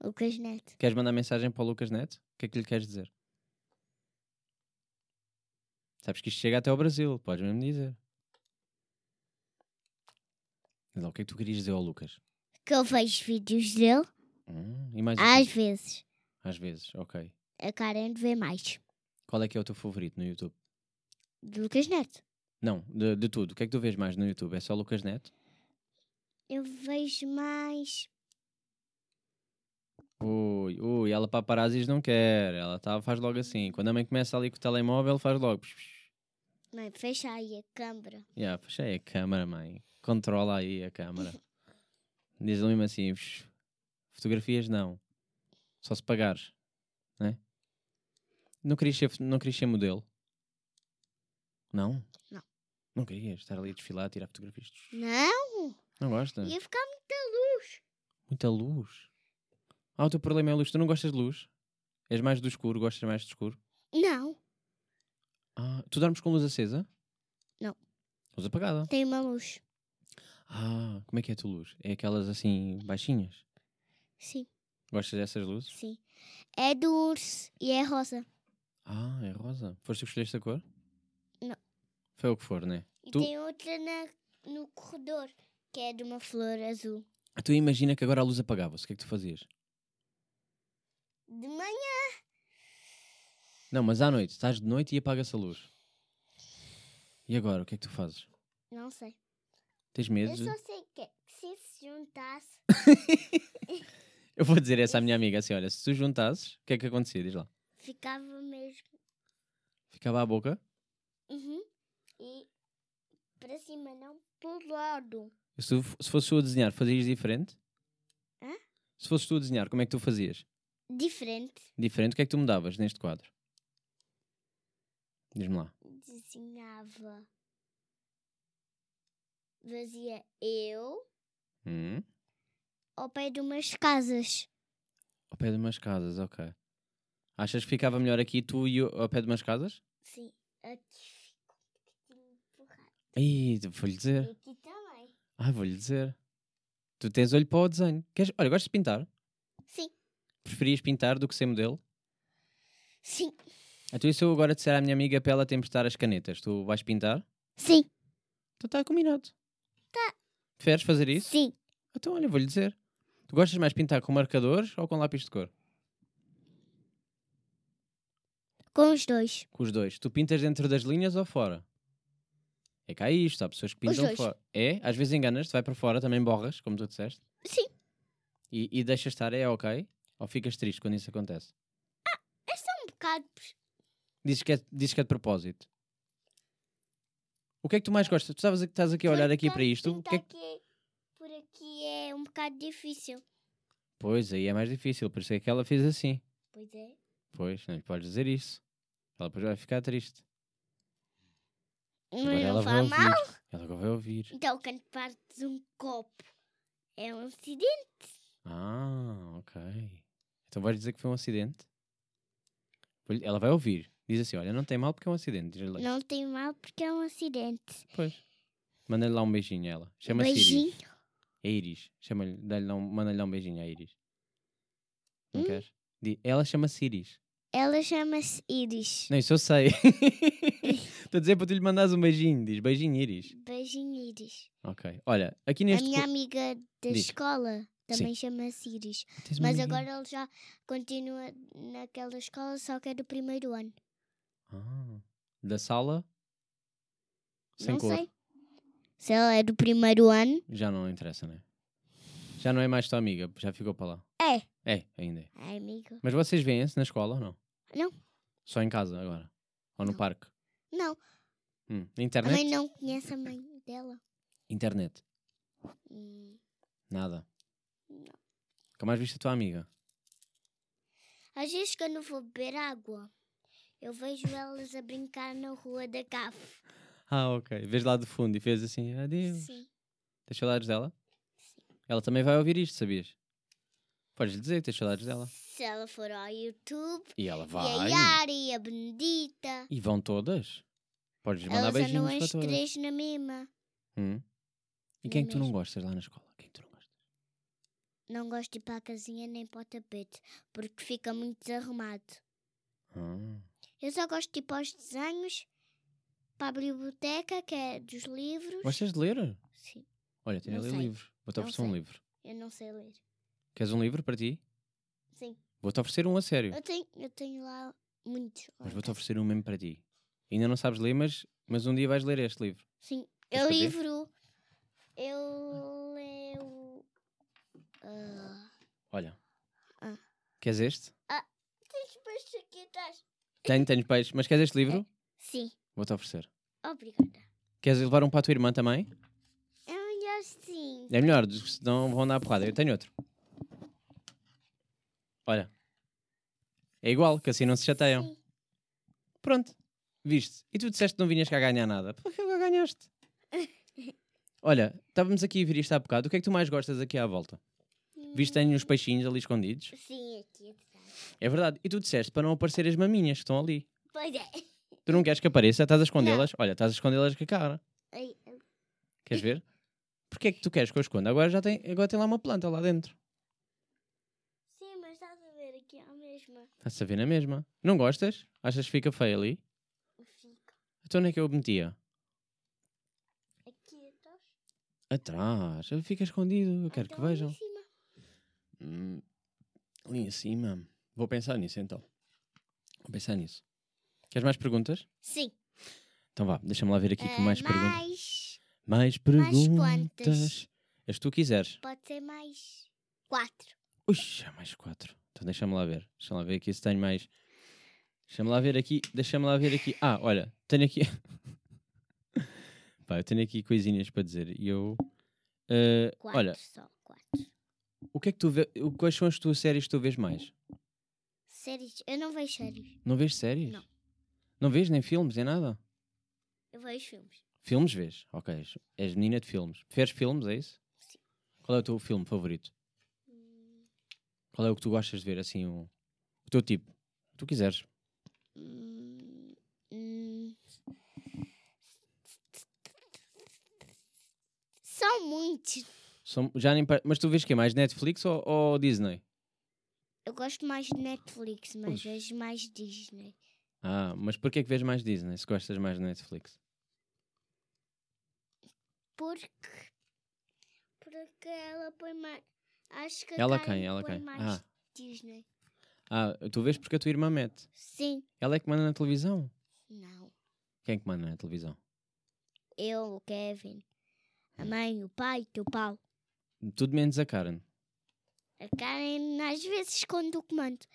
Lucas Neto. Queres mandar mensagem para o Lucas Neto? O que é que lhe queres dizer? Sabes que isto chega até ao Brasil, podes mesmo dizer. Diz lá, o que é que tu querias dizer ao Lucas? Que eu vejo vídeos dele, Hum, e mais o às quê? vezes. Às vezes, ok. A Karen vê mais. Qual é que é o teu favorito no YouTube? Do Lucas Neto. Não, de, de tudo. O que é que tu vês mais no YouTube? É só Lucas Neto? Eu vejo mais. Ui, ui, ela paparazis não quer. Ela tá, faz logo assim. Quando a mãe começa ali com o telemóvel, faz logo. Mãe, fecha é, aí a câmara. Yeah, fecha aí é, a câmara, mãe. Controla aí a câmara. Diz ele mesmo assim: "Psh, fotografias não. Só se pagares. Né? Não querias ser, fo- não querias ser modelo? Não? Não. Não querias estar ali a desfilar, a tirar fotografias? Não, Não gosta? ia ficar Muita luz. Ah, o teu problema é a luz. Tu não gostas de luz? És mais do escuro, gostas mais do escuro? muito. Não, Ah, tu dormes com luz acesa? Não. Luz apagada. tem uma luz. Ah, como é que é a tua luz? É aquelas assim baixinhas? Sim, Gostas dessas luzes? sim. É do urso e é rosa. Ah, é rosa. Foste tu que escolheste a cor? Não. Foi o que for, né? E Tu- tem outra na- no corredor, que é de uma flor azul. Ah, Tu imagina que agora a luz apagava-se. O que é que tu fazias? De manhã. Não, mas à noite. Estás de noite e apaga-se a luz. E agora, o que é que tu fazes? Não sei. Tens Eu medo? de- só sei que é que se se juntasse. Eu vou dizer essa à minha amiga assim: olha, se tu juntasses, o que é que acontecia? Diz lá. Ficava mesmo. Ficava à boca. Uhum. E para cima, não para o lado. Se, tu f- se fosse tu a desenhar, fazias diferente? Hã? Se fosses tu a desenhar, como é que tu fazias? Diferente. Diferente, o que é que tu mudavas neste quadro? Diz-me lá. Desenhava. Fazia eu Hum? ao pé de umas casas. Ao pé de umas casas, ok. Achas que ficava melhor aqui tu e eu ao pé de umas casas? Sim. Aqui fica um bocadinho empurrado. Ih, vou-lhe E dizer. aqui também. Ah, vou-lhe dizer. Tu tens olho para o desenho. Queres... Olha, gostas de pintar? Sim. Preferias pintar do que ser modelo? Sim. Então, e se eu agora disser à minha amiga para ela te emprestar as canetas, tu vais pintar? Sim. Então está combinado. Tá. Preferes fazer É isso? Sim. Então, olha, vou-lhe dizer. Tu gostas mais de pintar com marcadores ou com lápis de cor? Com os dois. Com os dois. Tu pintas dentro das linhas ou fora? É cá isto, há pessoas que pintam dois. fora. É? Às vezes enganas, te vai para fora, também borras, como tu disseste. Sim. E, e deixas estar, é ok? Ou ficas triste quando isso acontece? Um bocado. Dizes que é, dizes que é de propósito. O que é que tu mais gostas? Tu sabes que estás aqui a olhar aqui para isto? O que é que- um Por aqui é um bocado difícil. Pois, aí é mais difícil, por isso é que ela fez assim. Pois é. Pois, não lhe podes dizer isso. Ela depois vai ficar triste. Mas Agora não ela vai faz ouvir. mal. Ela agora vai ouvir. Então, quando partes um copo, é um acidente. Ah, ok. Então vais dizer que foi um acidente? Vou-lhe- Ela vai ouvir. Diz assim: olha, não tem mal porque é um acidente. Diz-lhe lá isso. Não tem mal porque é um acidente. Pois. Manda-lhe lá um beijinho a ela. Chama-se Iris. Beijinho. É Iris. Chama-lhe, dá-lhe lá um, manda-lhe lá um beijinho à Iris. Não Hum. queres? Di- Ela chama-se Iris. Ela chama-se Iris. Não, isso eu sei. Estou a dizer para tu lhe mandares um beijinho. Diz beijinho, Iris. Beijinho, Iris. Ok. Olha, aqui A neste. minha co- amiga da Diz. escola também chama-se Iris. Tens uma Mas amiguinha? agora ele já continua naquela escola, só que é do primeiro ano. Ah. da sala sem não cor. sei. Se ela é do primeiro ano. Já não interessa, né? Já não é mais tua amiga, já ficou para lá. É. É, ainda é. Ai, amigo. Mas vocês veem-se na escola ou não? Não. Só em casa agora? Ou no Não. parque? Não, Hum, na a mãe internet? não conhece a mãe dela. Internet. Hum, Nada. Não. Nunca mais viste a tua amiga? Às vezes quando eu vou beber água, eu vejo elas a brincar na rua da CAF. Ah, ok. Vês lá do fundo e fez assim, adeus. Sim. Tens saudades dela? Ela também vai ouvir isto, sabias? Podes lhe dizer que tens saudades dela. Se ela for ao YouTube, E e ela a vai. Yara e a Benedita. E vão todas. Podes lhe mandar Elas andam beijinhos as para todas. três na mesma. é Hum? E Não quem é que tu não mesmo. gostas lá na escola? Quem é que tu não gostas? Não gosto de ir para a casinha nem para o tapete, porque fica muito desarrumado. Ah. Eu só gosto de ir para os desenhos, para a biblioteca, que é dos livros. Gostas de ler? Sim, Olha, tenho Não ali sei. livros. Vou-te Não oferecer um sei. livro. eu não sei ler. Queres um livro para ti? Sim, Ah, Vou-te oferecer um a sério. eu tenho, eu tenho lá muitos. lá Mas em vou-te casa. oferecer um mesmo para ti. Ainda não sabes ler, mas, mas um dia vais ler este livro. Sim, Queres eu saber? livro. Eu leio. ah, Olha. Ah. Queres este? Tens peixe aqui atrás? Tenho, tenho peixe. Mas queres este É. livro? Sim, Vou-te oferecer. obrigada. Queres levar um para a tua irmã também? É melhor sim. É melhor, senão vão andar a porrada. Eu tenho outro. Olha. É igual, que assim não se chateiam. Sim. Pronto. Viste. E tu disseste que não vinhas cá ganhar nada. Porque eu ganhaste. Olha, estávamos aqui a vir isto há bocado. O que é que tu mais gostas aqui à volta? Viste que tenho uns peixinhos ali escondidos? Sim, aqui tá. atrás. É verdade. E tu disseste para não aparecer as maminhas que estão ali. Pois é. Tu não queres que apareça, estás a escondê-las. Olha, estás a escondê-las com a cara. Ai, Queres ver? Porquê é que tu queres que eu esconda? Agora já tem, agora tem lá uma planta lá dentro. Sim, mas estás a ver aqui é a mesma. Estás a ver na mesma. Não gostas? Achas que fica feio ali? Fica Então onde é que eu metia? aqui atrás. Atrás. Ele Fica escondido. Eu quero Então, que ali em vejam. cima. Hum, ali em cima. Vou pensar nisso então. Vou pensar nisso. Queres mais perguntas? Sim. Então vá, deixa-me lá ver aqui com mais Ah, perguntas. mais- mais Mais perguntas. quantas? As que tu quiseres. Pode ser mais. Quatro. Ui, há mais quatro. Então deixa-me lá ver. Deixa-me lá ver aqui se tenho mais. Deixa-me lá ver aqui. Deixa-me lá ver aqui. Ah, olha, tenho aqui. Pá, eu tenho aqui coisinhas para dizer. E eu. eh, Quatro olha, só. Quatro. o que é que tu vê... o- Quais são as tuas séries que tu vês mais? Séries. Eu não vejo séries. Não vês séries? Não. Não vês nem filmes, nem nada? Eu vejo filmes. Filmes vês? Ok. és- És menina de filmes. Preferes filmes, é isso? Sim. Hum. Qual é o teu filme favorito? Qual é o que tu gostas de ver, assim, o, o teu tipo? O que tu quiseres. Hum, hum. São muitos. São- já nem pa- Mas tu vês que é mais Netflix ou, ou Disney? Eu gosto mais de Netflix, mas Ux. vejo mais Disney. Ah, mas porquê que vês mais Disney se gostas mais de Netflix? Porque. Porque ela põe mais. Acho que a Ela Karen quem? Ela põe quem? mais Ah. Disney. ah, tu vês porque a tua irmã mete. Sim. Ela é que manda na televisão. Não. Quem é que manda na televisão? Eu, o Kevin. A mãe, o pai, teu pau. Tudo menos a Karen. A Karen às vezes esconde o comando.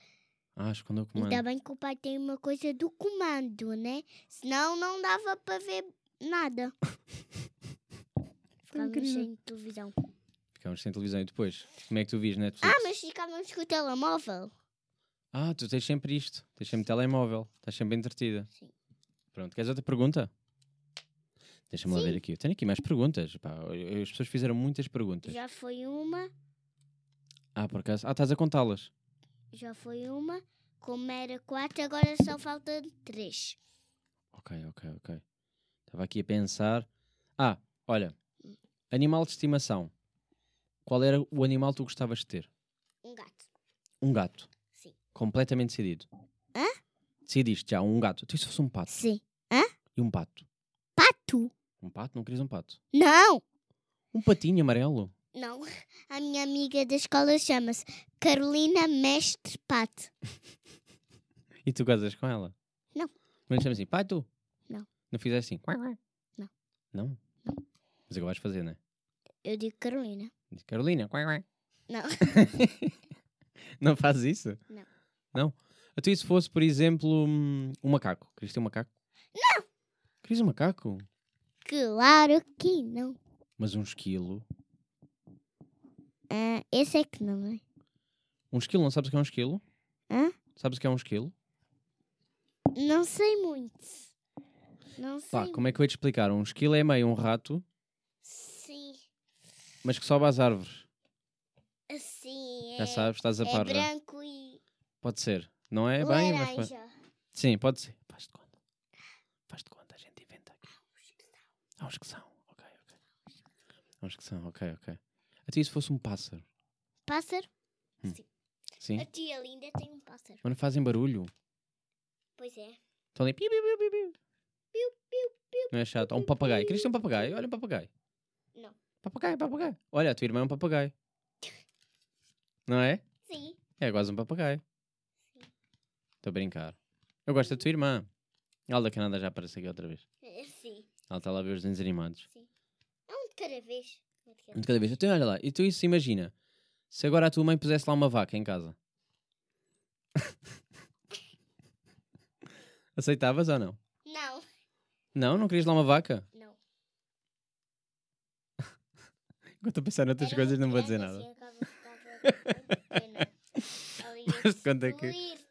Ah, escondeu o Ainda comando. bem que o pai tem uma coisa do comando, né? Senão não dava para ver nada. Ficávamos sem televisão. Ficámos sem televisão e depois. Como é que tu vês Netflix? Ah, mas ficávamos com o telemóvel. Ah, tu tens sempre isto. Tens sempre telemóvel. Estás sempre entretida. Sim. Pronto, queres outra pergunta? Deixa-me lá ver aqui. Eu tenho aqui mais perguntas. pá. As pessoas fizeram muitas perguntas. Já foi uma, Ah, por acaso. Ah, estás a contá-las. já foi uma. Como era quatro, agora só falta três. Ok, ok, ok. Estava aqui a pensar. Ah, olha. Animal de estimação. Qual era o animal que tu gostavas de ter? Um gato. Um gato. Sim. Completamente decidido. Hã? Decidiste já, um gato. Tu se fosse um pato. Sim. E um pato. Pato? Um pato? Não querias um pato? Não! Um patinho amarelo? Não. A minha amiga da escola chama-se Carolina Mestre Pato. E tu casas com ela? Não. Mas chama assim, pato? Não. Não fizeste assim? quá, quá? Não. Não? Mas agora vais fazer, não é? Eu digo Carolina. Diz, Carolina, quá, quá. Não. não fazes isso? Não. Não? Até se fosse, por exemplo, hum, um macaco. Querias ter um macaco? Não! Querias um macaco? Claro que não. Mas um esquilo. Ah, esse é que não é. Um esquilo, não sabes o que é um esquilo? Hã? Sabes o que é um esquilo? Não sei muito. Não sei. Pá, como é que eu ia te explicar? Um esquilo é meio um rato, Sim. mas que sobe às árvores. Sim. Já é, sabes, estás a É par já. branco e Pode ser. Não é bem, mas pode... laranja. Sim, pode ser. Faz de conta. Faz de conta, a gente inventa aqui. Há uns que são. Ok, ok. Há uns que são, ok, ok. Até se fosse um pássaro. Pássaro? Sim? A tia linda tem um pássaro. Mas não fazem barulho. Pois é. Estão ali. Piu, piu, piu, piu, piu. Não é chato. Há um papagaio. Querias ter um papagaio? Olha um papagaio. Não. Papagaio, papagaio. Olha, a tua irmã é um papagaio. Não é? Sim. É quase um papagaio. Estou a brincar. Eu gosto da tua irmã. Ela da Canadá já aparece aqui outra vez. É, Sim. Ela está lá a ver os desenhos animados. É um de cada vez. Um de cada De cada vez. Então, olha lá. E tu isso, imagina. Se agora a tua mãe pusesse lá uma vaca em casa. Aceitavas ou não? vez. Não. Não? Não querias lá uma vaca? Não. Enquanto eu pensar noutras Era coisas, uma não vou dizer criança, nada. assim, acaba de ficar com pena. Ela ia Mas de conta que- destruir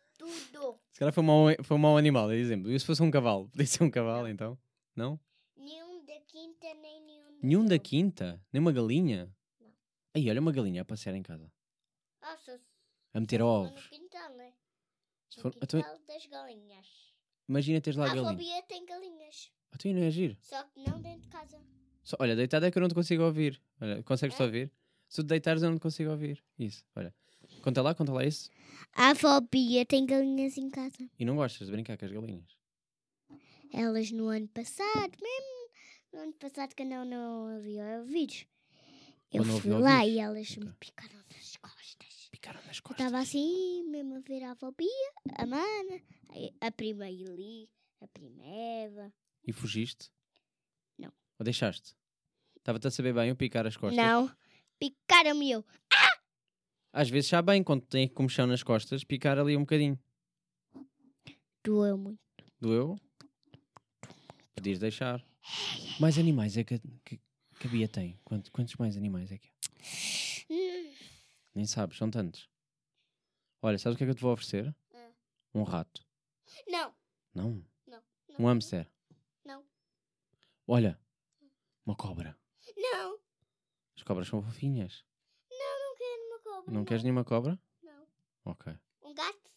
tudo. Se calhar foi um mau, foi um mau animal, é exemplo. E se fosse um cavalo? Podia ser um cavalo, então? Não? Nenhum da quinta, nem nenhum da Nenhum da outra. quinta? Nem uma galinha? um Não. Aí, olha uma galinha a passear em casa. Ah, só se A meter for ovos. no quintal, né? Se No for- então, quintal das galinhas. imagina teres lá a A galinha. fobia tem galinhas. Ah, tu não é giro. Só que não dentro de casa. Só- olha, deitada é que eu não te consigo ouvir. Olha, consegues-te É? ouvir? Se tu te deitares, eu não te consigo ouvir. Isso, olha. Conta lá, conta lá isso. A fobia tem galinhas em casa. E não gostas de brincar com as galinhas. Elas no ano passado, mesmo no ano passado que não, não havia ouvidos. Eu Quando não fui havia lá ouvidos? e elas me Ok. picaram nas costas. Picaram nas Eu costas. estava assim, mesmo a ver a fobia, a mana, a- a prima Eli, a prima Eva. E fugiste? Não. Ou deixaste? Estava-te a saber bem eu picar as costas? Não, picaram-me eu. Às vezes já bem, quando tem comichão nas costas, picar ali um bocadinho. Doeu muito. Doeu? Podias deixar. Mais animais é que, que, que a Bia tem? Quantos, quantos mais animais é que há? Hum, Nem sabes, são tantos. Olha, sabes o que é que eu te vou oferecer? Hum. Um rato. Não, Não. Não, não. Um hamster. Não. Olha, uma cobra. não, As cobras são fofinhas. não quero uma cobra. Não, queres nenhuma cobra? Não. Ok. Um gato?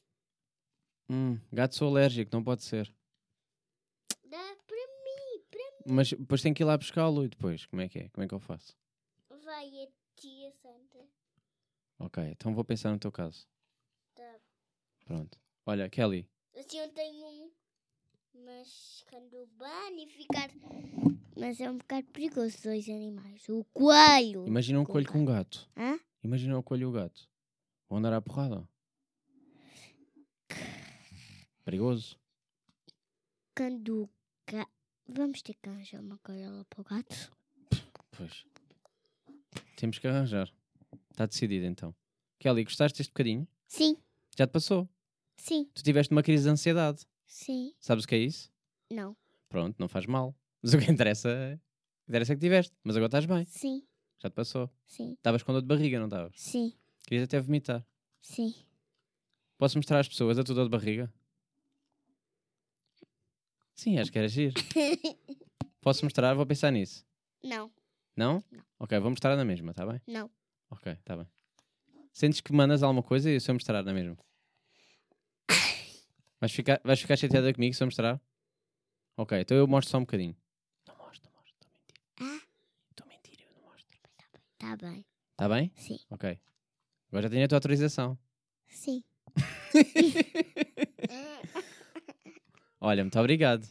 Hum, gato sou alérgico, não pode ser. Dá para Mas depois tenho que ir lá buscá-lo e depois, como é que é? Como é que eu faço? mim. Vai a tia Santa. Ok, então vou pensar no teu caso. Tá. Pronto. Olha, Kelly, Assim eu tenho um. Mas quando bane ficar. Mas é um bocado perigoso dois animais. O coelho. imagina um Com coelho com um gato. Hã? Imagina o coelho e o gato. Vão andar à porrada. Perigoso. Quando o ga... Vamos ter que arranjar uma gaiola para o gato. Pois. Temos que arranjar. Está decidido então. Kelly, gostaste deste bocadinho? Sim, Já te passou. sim, Tu tiveste uma crise de ansiedade. sim. Sabes o que é isso? Não, Pronto, não faz mal. Mas o que interessa é. Interessa é que tiveste. Mas agora estás bem. sim, Já te passou. sim, Estavas com dor de barriga, não estavas? sim, Querias até vomitar. sim. Posso mostrar às pessoas a tua dor de barriga? Sim, acho que era giro. Posso mostrar? Vou pensar nisso. não, Não? Não. Ok, vou mostrar na mesma, tá bem? não. Ok, tá bem. Sentes que mandas alguma coisa e se eu mostrar na mesma? Vais ficar, vais ficar chateada comigo se eu mostrar? Ok, então eu mostro só um bocadinho. Não mostro, não mostro, estou a mentir. Ah. Estou a mentir, eu não mostro. Tá bem. Tá bem? Sim, Ok. Agora já tenho a tua autorização. sim. Hum, Olha, muito obrigado.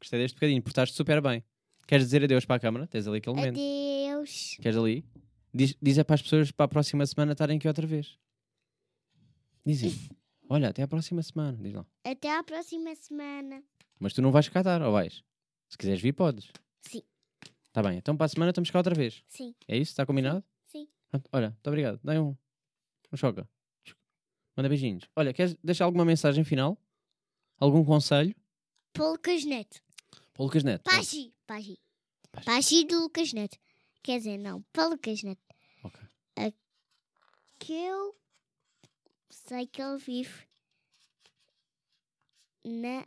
Gostei deste bocadinho, portaste super bem. Queres dizer adeus para a câmara? Tens ali aquele momento. Adeus. Queres ali? Diz, diz é para as pessoas para a próxima semana estarem aqui outra vez. Dizem. Olha, até à próxima semana. Diz lá. Até à próxima semana. Mas tu não vais cá dar, ou vais? Se quiseres vir, podes. Sim. Está bem, então para a semana estamos cá outra vez. Sim, É isso? Está combinado? sim. Pronto, olha, muito obrigado. Dá um. Um choca. Manda beijinhos. Olha, queres deixar alguma mensagem final? Algum conselho? Para o Lucas Neto. Para o Lucas Neto. Pronto. Pachi. Pachi. Pachi do Lucas Neto. Quer dizer, não. Para o Lucas Neto. Ok. Que eu sei que ele vive na,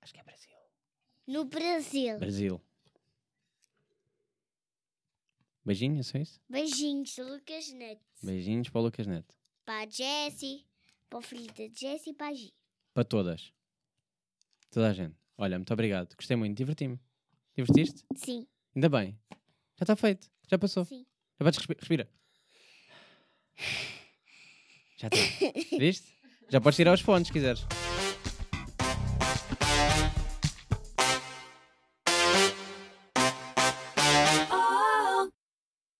Acho que é Brasil. no Brasil. Brasil. Beijinhos, é só isso? Beijinhos, Lucas Neto. Beijinhos para o Lucas Neto. Para a Jessie. Para o filho da Jessie e para a Gi. Para todas. Toda a gente. Olha, muito obrigado. Gostei muito. Diverti-me. Divertiste? Sim, Ainda bem. Já está feito. Já passou. sim. Já vais respi- respira. Já está. Viste? Já podes tirar os fones se quiseres.